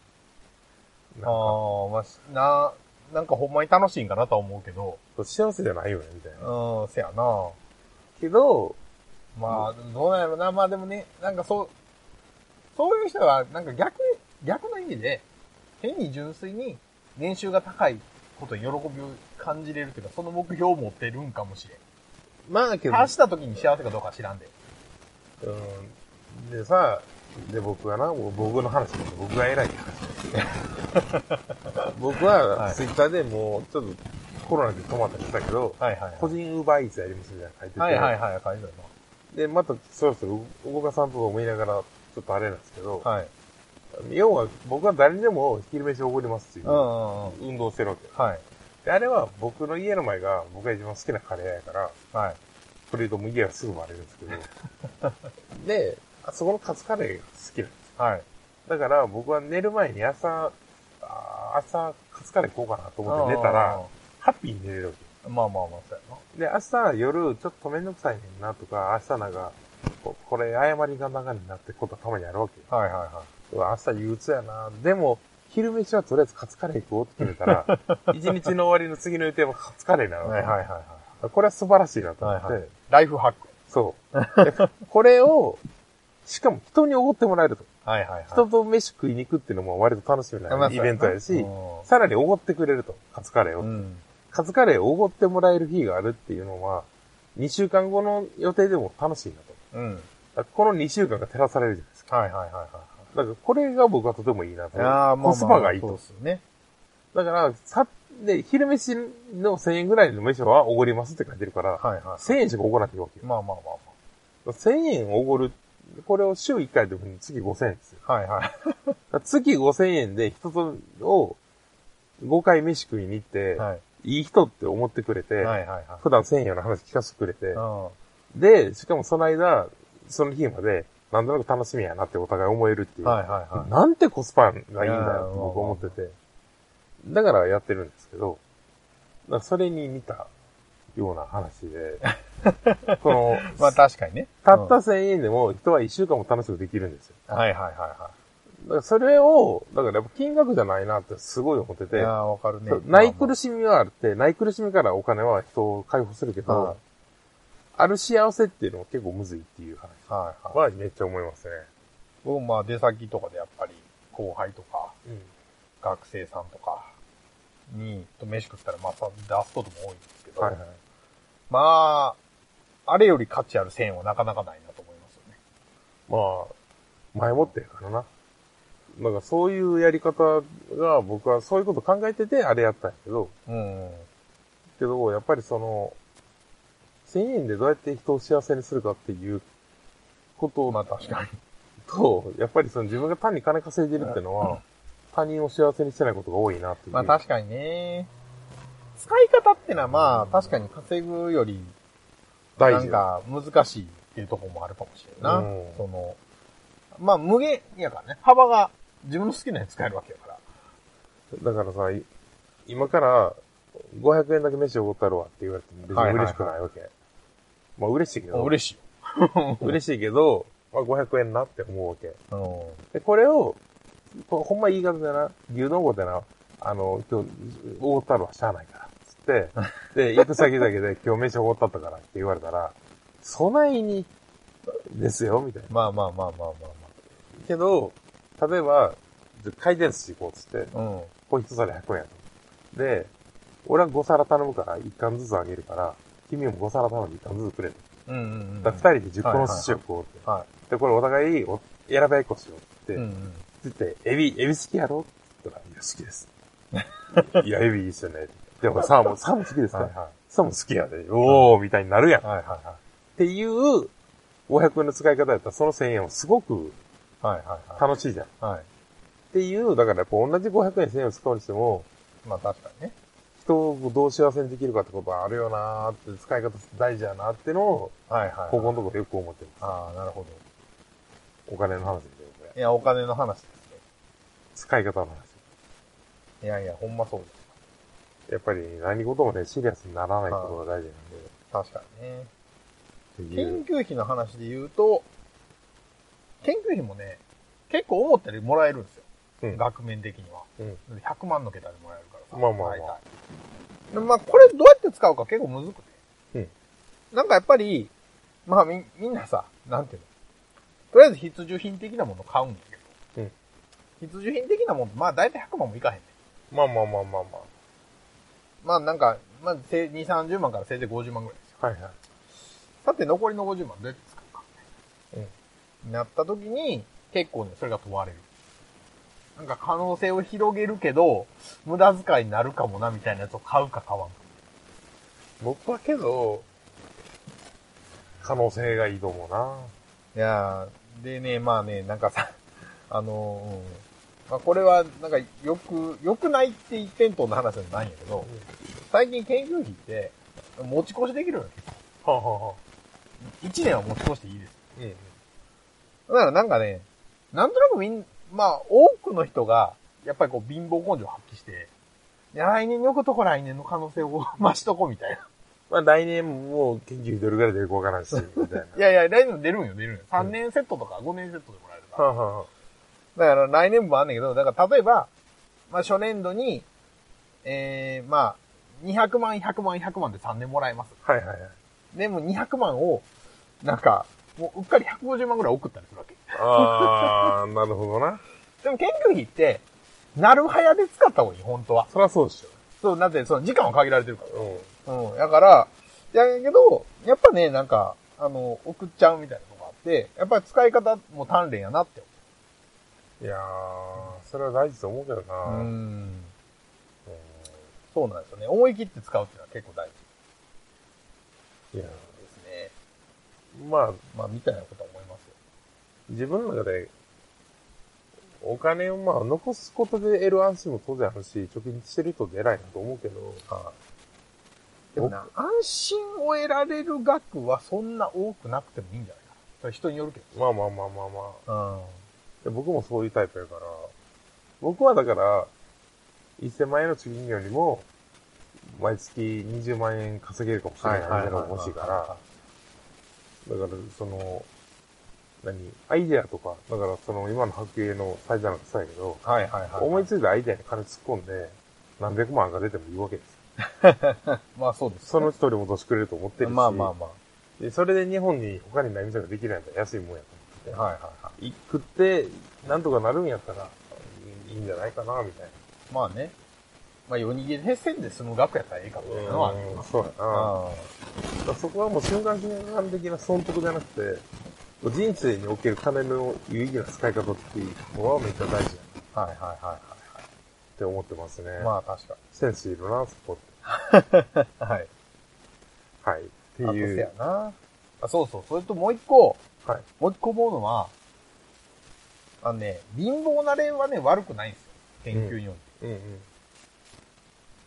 Speaker 3: あ
Speaker 2: なん
Speaker 3: あ、まあし、な、なんかほんまに楽しいんかなとは思うけど、
Speaker 2: か、幸せじゃないよね、みたい
Speaker 3: うん、
Speaker 2: な。
Speaker 3: そやな。
Speaker 2: けど、
Speaker 3: まあ、どうなんやろな。まあでもね、なんかそう、そういう人は、なんか逆、逆の意味で、変に純粋に年収が高いことに喜びを感じれるというか、その目標を持ってるんかもしれん。
Speaker 2: まあけど、
Speaker 3: 達した時に幸せかどうか知らんで。
Speaker 2: うん。でさ、で、僕はな、もう僕の話です僕が偉いって話
Speaker 3: (laughs)
Speaker 2: 僕
Speaker 3: は
Speaker 2: はいツイッターでもう、ちょっとコロナで止まったりしたけど、
Speaker 3: はいはい、
Speaker 2: 個人ウーバーイーツやりますみたいなの書いてて、
Speaker 3: はいはいはい、感じだよ
Speaker 2: で、またそろそろ動かさんとか思いながら、ちょっとあれなんですけど、
Speaker 3: な。はい。
Speaker 2: 要は僕は誰にでも昼飯をおごりますっていう
Speaker 3: う、んうんうん。
Speaker 2: 運動してるわけよ
Speaker 3: はい。
Speaker 2: で、あれは僕の家の前が僕が一番好きなカレー屋やから、
Speaker 3: はい。
Speaker 2: これ言うともう家はすぐバレるんですけど、で、あそこのカツカレーが好きなんです
Speaker 3: はい。
Speaker 2: だから僕は寝る前に朝、あー朝カツカレー行こうかなと思って寝たら、ハッピーに寝れるわ
Speaker 3: うん、まあまあまあ、そうや
Speaker 2: け。で、明日夜ちょっとめんどくさいねんなとか、明日なんか、ここれ誤りが長になってことはたまにあるわけよ。
Speaker 3: な。はいはいは
Speaker 2: うわ明日憂鬱やな。でも、昼飯はとりあえずカツカレー行こうって決めたら、
Speaker 3: (laughs)
Speaker 2: 一日の終わりの次の予定はカツカレーなの
Speaker 3: い。
Speaker 2: ね。
Speaker 3: はいはいはいは
Speaker 2: これは素晴らしいなと思って、
Speaker 3: はいははい。ライフハック。
Speaker 2: そう。でこれを、しかも人におごってもらえると。
Speaker 3: はいはいはい。
Speaker 2: 人と飯食いに行くっていうのも割と楽しみ
Speaker 3: ま
Speaker 2: な
Speaker 3: あ
Speaker 2: イベントやし、
Speaker 3: う
Speaker 2: さらにおごってくれると、カツカレーを。
Speaker 3: んうん。
Speaker 2: カツカレーをおごってもらえる日があるっていうのは、2週間後の予定でも楽しいなと。
Speaker 3: うん。
Speaker 2: だからこの2週間が照らされるじゃないですか。
Speaker 3: はいはいはいは
Speaker 2: だからこれが僕はとてもいいなと。
Speaker 3: い。ああ、まあまあ
Speaker 2: コスパがいい
Speaker 3: そう
Speaker 2: と
Speaker 3: で。すよね。
Speaker 2: だから、さ、で、昼飯の1000円ぐらいの飯はおごりますって書いてるから、
Speaker 3: はいは
Speaker 2: 1000円しかおごらないわけ
Speaker 3: い。
Speaker 2: よ。
Speaker 3: まあまあま
Speaker 2: 1000円おごる、これを週1回でも月5000円ですよ。
Speaker 3: あまあ。はいはい。
Speaker 2: だから月5000円で人と、を、5回飯食いに行って、
Speaker 3: はい
Speaker 2: いい人って思ってくれて、
Speaker 3: はいはいはい。
Speaker 2: 普段1000円の話聞かせてくれて
Speaker 3: う、ん。
Speaker 2: で、しかもその間、その日まで、なんとなく楽しみやなってお互い思えるっていう。
Speaker 3: はいはいはい。
Speaker 2: なんてコスパがいいんだよって
Speaker 3: いやー
Speaker 2: 僕思ってて。だからやってるんですけど、だからそれに似たような話で、
Speaker 3: (laughs)
Speaker 2: この、
Speaker 3: まあ確かにね。
Speaker 2: たった
Speaker 3: うん
Speaker 2: 1000円でも人は1週間も楽しくできるんですよ。
Speaker 3: はいはいはいは
Speaker 2: だからそれを、だからやっぱ金額じゃないなってすごい思って
Speaker 3: い。い
Speaker 2: て
Speaker 3: や、ーわかるね
Speaker 2: そう。ない苦
Speaker 3: し
Speaker 2: しみはあって、ない苦しみからお金は人を解放するけ
Speaker 3: はい
Speaker 2: ど、ある幸せっていうのは結構むずいっていう話
Speaker 3: はいはい。
Speaker 2: はめっちゃ思いますね。
Speaker 3: 僕もまあ出先とかでやっぱり後輩とか学生さんとかにと飯食ったらまあ出すことも多いんですけど、
Speaker 2: はいはい。
Speaker 3: まあ、あれより価値ある1000円はなかなかないなと思いますよね。
Speaker 2: まあ、前もってやからな。なんかそういうやり方が僕はそういうこと考えててあれやったんやけど、
Speaker 3: うん。
Speaker 2: けどやっぱりその、1000円でどうやって人を幸せにするかっていうこと
Speaker 3: まあ確かに。
Speaker 2: と、やっぱりその自分が単に金稼いでるってのは、他人を幸せにしてないことが多いなっていう。
Speaker 3: まあ確かにね。使い方ってのはまあ確かに稼ぐより
Speaker 2: 大
Speaker 3: なん
Speaker 2: 事だ。
Speaker 3: か難しいっていうところもあるかもしれんな。
Speaker 2: うん
Speaker 3: その、まあ無限やからね。幅が自分の好きなやつ使えるわけやから。
Speaker 2: だからさ、い今から500円だけ飯をおごったるわって言われても別に嬉しくないわけ。まあ嬉しいけど、
Speaker 3: 嬉しい
Speaker 2: 嬉しいけど、まあ500円なって思うわけ。
Speaker 3: よ。
Speaker 2: で、これを、こほんま言い方だな、牛丼ごてな、あの、今日、おごったるはしゃあないから、
Speaker 3: (laughs)
Speaker 2: つって、で、行く先々で今日飯おごったったからって言われたら、そないに、ですよ、みたいな。
Speaker 3: まあまあまあまあま
Speaker 2: けど、例えば、じゃあ回転寿司行こうっつって、
Speaker 3: あまあ。うん。
Speaker 2: これ一皿100円やと。で、俺は5皿頼むから1貫ずつあげるから、君も5皿頼んで1貫ずつくれと。
Speaker 3: うんうんうん。
Speaker 2: だから2人で10個の寿司を食おうって。
Speaker 3: は
Speaker 2: で、これお互いお選べっこしようって
Speaker 3: い。う
Speaker 2: 言
Speaker 3: ん
Speaker 2: って、
Speaker 3: うん。
Speaker 2: つって、エビ、エビ好きやろって言ったら、いや、好き
Speaker 3: (laughs)
Speaker 2: です。いや、エビいいっすよね。でもサーモン、サーモン好きです
Speaker 3: はい
Speaker 2: ね。
Speaker 3: は
Speaker 2: サーモン好きやで。おー、みたいになるやん。
Speaker 3: い。
Speaker 2: っ
Speaker 3: はいは
Speaker 2: ていう、500円の使い方やったら、その1000円はすごく
Speaker 3: いはい。はいはいは
Speaker 2: 楽しいじゃん。っ
Speaker 3: い。はい。
Speaker 2: ていう、だからやっぱ同じ500円1000円を使うにしても、
Speaker 3: まあ確かにね。
Speaker 2: 人をどう幸せにできるかってことはあるよなーって、使い方大事やなってのを、
Speaker 3: はいはいはい。
Speaker 2: ここのところよく思ってる。
Speaker 3: ああ、なるほど。
Speaker 2: お金の話で、これ。
Speaker 3: いや、お金の話ですね。
Speaker 2: 使い方の話。
Speaker 3: いやいや、ほんまそうです。
Speaker 2: やっぱり何事もね、シリアスにならないことが大事なんで、
Speaker 3: 確かにね。
Speaker 2: ってい
Speaker 3: 研
Speaker 2: う。
Speaker 3: 究費の話で言うと、研究費もね、結構思ったよりもらえるんですよ。
Speaker 2: うん
Speaker 3: 額面的には。
Speaker 2: うん
Speaker 3: 100万の桁でもらえるからさ。
Speaker 2: まあまあまあ
Speaker 3: 大体でもまあ、これどうやって使うか結構むずくて。
Speaker 2: うん
Speaker 3: なんかやっぱり、まあみ、みんなさ、なんていうの。とりあえず必需品的なもの買うんだけど。
Speaker 2: うん
Speaker 3: 必需品的なもの、まあ大体100万もいかへんね。
Speaker 2: まあまあまあまあま
Speaker 3: まあなんか、まあせい2、30万からせいぜい50万ぐらいですよ。
Speaker 2: あ。はいはい。
Speaker 3: さて残りの50万どうやって使うか。
Speaker 2: う
Speaker 3: なった時に、結構ね、それが問われる。なんか可能性を広げるけど、無駄遣いになるかもな、みたいなやつを買うか買わんか。
Speaker 2: 僕はけど、可能性がいいと思うな。
Speaker 3: いやー、でね、まあね、なんかさ、あのーまあこれは、なんか、よく、よくないって一辺倒の話じゃないんやけど、最近研究費って、持ち越しできるのよ。
Speaker 2: はあ、はあはあ、
Speaker 3: 1年は持ち越していいです。
Speaker 2: うんうん。
Speaker 3: だからなんかね、なんとなくみん、まあ、多くの人が、やっぱりこう、貧乏根性を発揮して、いや来年よくとこ来年の可能性を (laughs) 増しとこうみたいな。
Speaker 2: まあ来年もう研究費どれぐらい出るかわからんし、みたいな。
Speaker 3: いやいや、来年も出るんよ、出るんよ。3年セットとか5年セットでもらえるか
Speaker 2: はあ、はあはあ、
Speaker 3: ら。だから来年分もあんねんけど、だから例えば、まあ、初年度に、えー、まあ、200万、100万、100万で3年もらえます。
Speaker 2: はいはいはい。
Speaker 3: でも200万を、なんか、もううっかり150万ぐらい送ったりするわけ。
Speaker 2: あー、なるほどな。
Speaker 3: でも研究費って、なるはやで使った方がいい、本当は。
Speaker 2: そりゃそうでし
Speaker 3: そう、なぜ、その時間は限られてるか
Speaker 2: ょ。うん。
Speaker 3: ら。うん。だから、いやけど、やっぱね、なんか、あの、送っちゃうみたいなのがあって、やっぱり使い方も鍛錬やなって
Speaker 2: いやー、それは大事と思うけどな。
Speaker 3: 思う。
Speaker 2: うん
Speaker 3: ん。そうなんですよね。思い切って使うっていうのは結構大事
Speaker 2: いや
Speaker 3: ですね。
Speaker 2: まあ、
Speaker 3: まあ、みたいなことは思いますよ。
Speaker 2: 自分の中で、お金をまあ残すことで得る安心も当然あるし、貯金してる人で偉いなと思うけど、
Speaker 3: はい。でもな、安心を得られる額はそんな多くなくてもいいんじゃないかな。それ人によるけ
Speaker 2: まあまあまあまあまあ、
Speaker 3: ど。うん。
Speaker 2: で僕もそういうタイプやから、僕はだから、1000万円の貯金よりも、毎月20万円稼げるかもしれないみたいなのが欲しいから、だから、その、何アイデアとか、だからその今の波形のサイズなんかそうやけど、
Speaker 3: ら。はいはいはい。
Speaker 2: 思いついたアイデアに金突っ込んで、何百万が出てもいいわけです。
Speaker 3: まあそうですね。
Speaker 2: その人に戻してくれると思ってるし、
Speaker 3: まあまあま
Speaker 2: でそれで日本に他にない店ができないんだ安いもんやと
Speaker 3: あ。
Speaker 2: 思
Speaker 3: はいはいはい。
Speaker 2: って。い食って、なんとかなるんやったら、いいんじゃないかな、みたいな。
Speaker 3: まあね。まあ、夜逃げで線で済む額やったらええかみたいなのはあるよな
Speaker 2: そうやな。だからそこはもう瞬間瞬間的な損得じゃなくて、人生における金の有意義な使い方っていうのはめっちゃ大事やなっ
Speaker 3: はいはいはいは
Speaker 2: て思ってますね。
Speaker 3: い。まあ確か
Speaker 2: センスいるな、そこって。
Speaker 3: に。はい。
Speaker 2: はい。って
Speaker 3: あとせ
Speaker 2: い
Speaker 3: や
Speaker 2: う。
Speaker 3: な。あそうそう。それともう一個、
Speaker 2: はい。
Speaker 3: もう一個思うのは、あのね、貧乏な例はね、悪くないんですよ。研究によっ
Speaker 2: う
Speaker 3: て。
Speaker 2: んうん。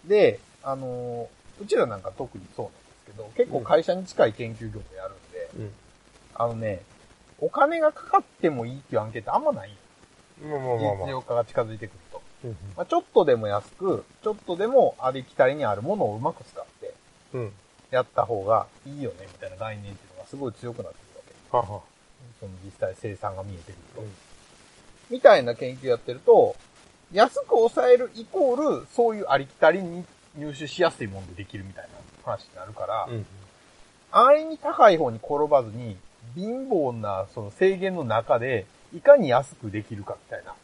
Speaker 3: で、あのーうちらなんか特にそうなんですけど、結構会社に近い研究業もやるんで、
Speaker 2: うん。
Speaker 3: あのね、お金がかかってもいいっていう案件ってあんまないよ。
Speaker 2: まあまあまあま
Speaker 3: 実
Speaker 2: あ。
Speaker 3: 用化が近づいてくると。
Speaker 2: うん
Speaker 3: まあ、ちょっとでも安く、ちょっとでもありきたりにあるものをうまく使って、
Speaker 2: うん。うん。
Speaker 3: やった方がいいよね、みたいな概念っていうのがすごい強くなってくるわけ。
Speaker 2: はは。
Speaker 3: その実際生産が見えてくると。
Speaker 2: うん
Speaker 3: みたいな研究やってると、安く抑えるイコール、そういうありきたりに入手しやすいもんでできるみたいな話になるから、
Speaker 2: うん。
Speaker 3: 安易に高い方に転ばずに、貧乏なその制限の中で、いかに安くできるかみたいな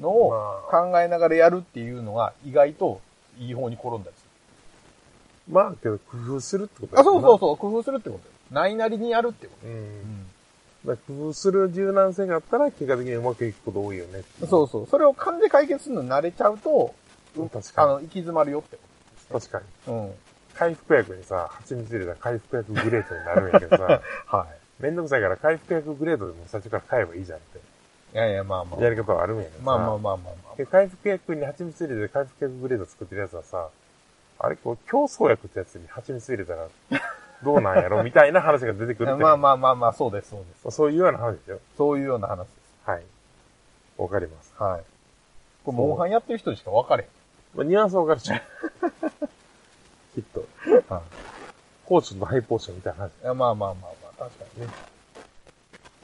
Speaker 3: のを
Speaker 2: ま
Speaker 3: 考えながらやるっていうのが意外といい方に転んだりす
Speaker 2: まあ、けど、工夫するってこと
Speaker 3: る。あ、そうそう
Speaker 2: そ
Speaker 3: そう、工夫するってことよ。ないなりにやるってこ
Speaker 2: う。う
Speaker 3: と。
Speaker 2: ん。
Speaker 3: う
Speaker 2: だから工夫する柔軟性があったら、結果的にうまくいくこと多いよね。
Speaker 3: ん、そうそう。それを勘で解決するのに慣れちゃうと、
Speaker 2: うん。確
Speaker 3: あ
Speaker 2: か
Speaker 3: の、行き詰まるよってこ
Speaker 2: に。確かに。
Speaker 3: と。うん。
Speaker 2: 回復薬にさ、蜂蜜入れたら回復薬グレードになるんやけどさ、
Speaker 3: (laughs) はい。
Speaker 2: めんどくさいから回復薬グレードでも最初から買えばいいじゃんって。
Speaker 3: いやいや、まあまあ。
Speaker 2: やり方はあるんやけどさ。
Speaker 3: まあまあまあまあま
Speaker 2: で、回復薬に蜂蜜入れて回復薬グレード作ってるやつはさ、あれこう、競争薬ってやつに蜂蜜入れたら、どうなんやろみたいな話が出てくる
Speaker 3: あ。
Speaker 2: って。
Speaker 3: (laughs) まあまあまあまあ、そうです、そうです。
Speaker 2: あ。そういうような話ですよ。
Speaker 3: そういうような話で
Speaker 2: はい。わかります。
Speaker 3: す。はい。これ、モンハンやってる人にしか分かれ
Speaker 2: まあ、ニュアンスはわかる
Speaker 3: (laughs)
Speaker 2: じゃん。きっと。
Speaker 3: へん。は
Speaker 2: ポーションとハイポーションみたいな話っ
Speaker 3: い。いや、まあまあまあまあ、確かにね。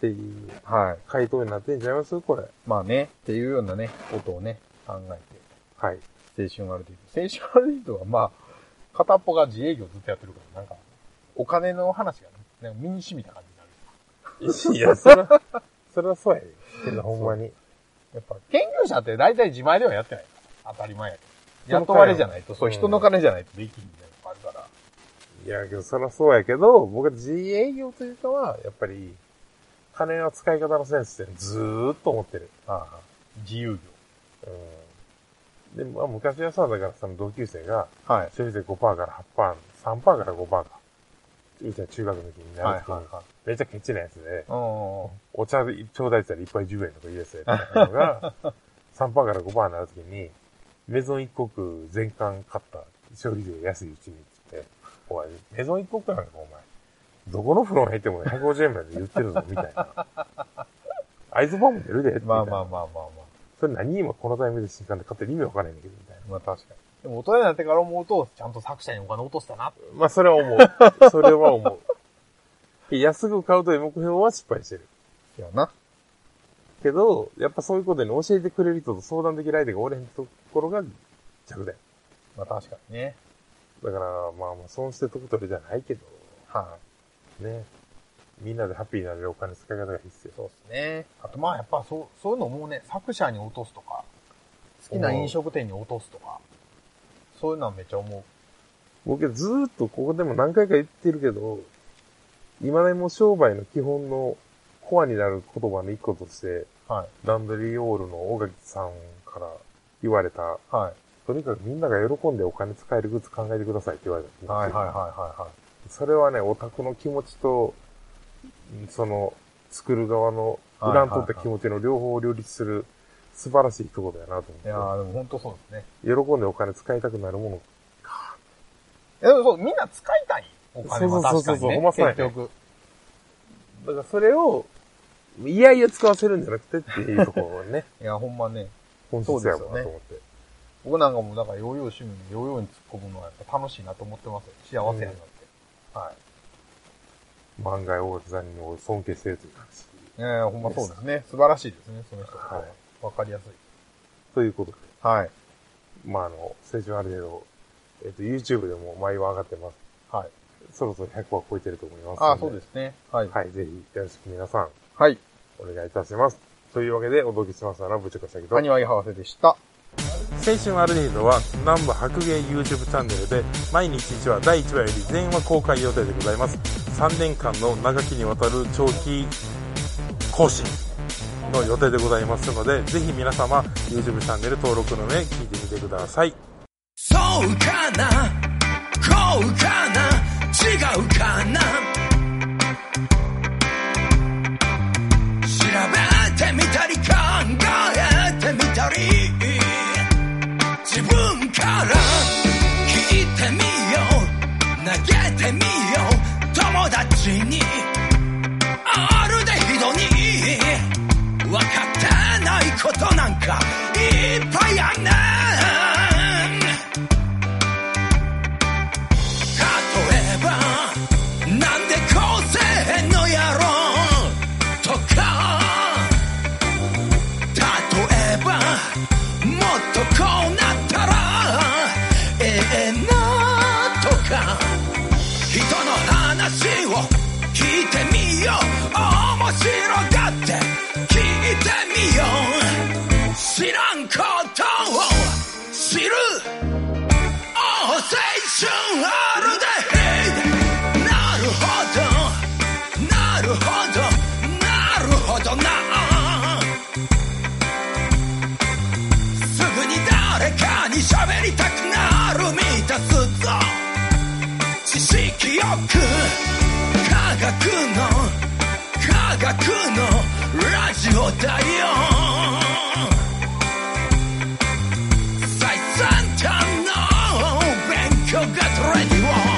Speaker 2: ていう
Speaker 3: はい。
Speaker 2: 回答になってんちゃいますこれ。
Speaker 3: まあね、っていうようなね、ことをね、考え
Speaker 2: はい。
Speaker 3: て、青春アルディート。青春アルディートはまあ、片っぽが自営業ずっとやってるから、なんか、お金の話がね、なんか身に染みた感じになる。
Speaker 2: いや、それは、それはそうやで。けどほんまに。
Speaker 3: やっぱ、研究者って大体自前ではやってないから。当たり前やけど。
Speaker 2: 人の金
Speaker 3: 雇われじゃないと、そう、
Speaker 2: うん
Speaker 3: 人の金じゃないとできひんみたいなのがあるから。
Speaker 2: いや、けど、そりゃそうやけど、僕は自営業というかは、やっぱり、金の使い方のセンスってずーっと思ってる。
Speaker 3: ああ自由
Speaker 2: うん。で、まあ、昔はさ、だからその同級生が、
Speaker 3: 業。はい。
Speaker 2: 消費税5%から8%、3%から5%か。うちは中学の時になる時に、
Speaker 3: はい。
Speaker 2: めっちゃケチなやつで、
Speaker 3: うんうんうん。
Speaker 2: お茶でちょうだいって言ったらいっぱい10円とか言うやつやったの
Speaker 3: (laughs)
Speaker 2: が、3%から5%になる時に、メゾン一国全館買った消費税安いうちにって言って、お前、メゾン一国なんかお前、どこのフロン入っても150円まで言ってるぞ、みたいな。アイズバーも出るで、みたいな
Speaker 3: まあまあまあまあま
Speaker 2: それ何今このタイミングで新刊で買ってる意味わかんないんだけど、みたいな。
Speaker 3: あ。まあ確かに。でも大人になってから思うと、ちゃんと作者にお金落としたなって。
Speaker 2: まあ、それは思う。それは思う。安く買うという目標は失敗してる。
Speaker 3: やな。
Speaker 2: けど、やっぱそういうことに教えてくれる人と相談できる相手がおれへんところが弱点。
Speaker 3: まあ確かにね。
Speaker 2: だから、まあまあ、損して得取れじゃないけど、
Speaker 3: は
Speaker 2: ね。みんなでハッピーになれるお金の使い方が必
Speaker 3: い。そうですね。あとまあやっぱそう、そういうのもね、作者に落とすとか、好きな飲食店に落とすとか、そういうのはめっちゃ思う。
Speaker 2: 要。僕ずーっとここでも何回か言ってるけど、今でも商売の基本のコアになる言葉の一個として、
Speaker 3: はい。
Speaker 2: ランドリーオールの大垣さんから言われた、
Speaker 3: はい。
Speaker 2: とにかくみんなが喜んでお金使えるグッズ考えてくださいって言われた。
Speaker 3: はいはいはいはいはい。
Speaker 2: それはね、オタクの気持ちと、うんその、作る側の、
Speaker 3: はい
Speaker 2: 裏
Speaker 3: はいはい
Speaker 2: に取った気持ちの両方を両立する素晴らしいところだよなと
Speaker 3: いや
Speaker 2: 思っ
Speaker 3: ー、でも本当そうですね。
Speaker 2: て。喜んでお金使いたくなるもの。
Speaker 3: いやでもそう、みんな使いたい。お金は
Speaker 2: そう
Speaker 3: 確
Speaker 2: そうそ
Speaker 3: か
Speaker 2: う
Speaker 3: に
Speaker 2: そう
Speaker 3: ね。
Speaker 2: ほんまそうやね
Speaker 3: 結局。
Speaker 2: だからそれを、いやいや使わせるんじゃなくてっていうところを (laughs) ね、
Speaker 3: いや、ほんまね。
Speaker 2: 本質やもんなと思って。
Speaker 3: 僕なんかも、だから、ヨーヨー趣味にヨーヨーに突っ込むのはやっぱ楽しいなと思ってますよ。幸せやなって。はい。
Speaker 2: 漫画や大垣さんにも尊敬してるという感じ。
Speaker 3: ええほんまそうですね。素晴らしいですね、その人。
Speaker 2: は
Speaker 3: はいい。わかりやすい。
Speaker 2: ということで、
Speaker 3: はい。
Speaker 2: まああの、青春ある程度、えっと、YouTube でも毎話上がってます。
Speaker 3: はい。
Speaker 2: そろそろ100話超えてると思います。
Speaker 3: ああ、そうですね。はい。
Speaker 2: はい、ぜひ、よろしく皆さん、
Speaker 3: はい。
Speaker 2: お願いいたします。というわけで、お届けしますのは、ぶちょこしたけど。
Speaker 3: 谷はハワせでした。
Speaker 2: 青春アルディードは、南部白芸 YouTube チャンネルで、毎日1話、第1話より全話公開予定でございます。3年間の長きにわたる長期更新の予定でございますので、ぜひ皆様、YouTube チャンネル登録の上、聞いてみてください。
Speaker 1: そうかなこうかな違うかな調べてみたり考えてみたり自分から聞いてみよう投げてみよう友達にあるでひどに分かってないことことなんかいっぱいあんねん例えばなんでこうせんのやろとか例えばもっとこうなったらええなとか人の話を聞いてみよう面白がって聞いてみよう知らんことを知る青春あるでなるほどなるほどなるほどなすぐに誰かに喋りたくなる満たすぞ知識よく科学の科学のラジオだよ最先端の勉強がトレディオ Oh,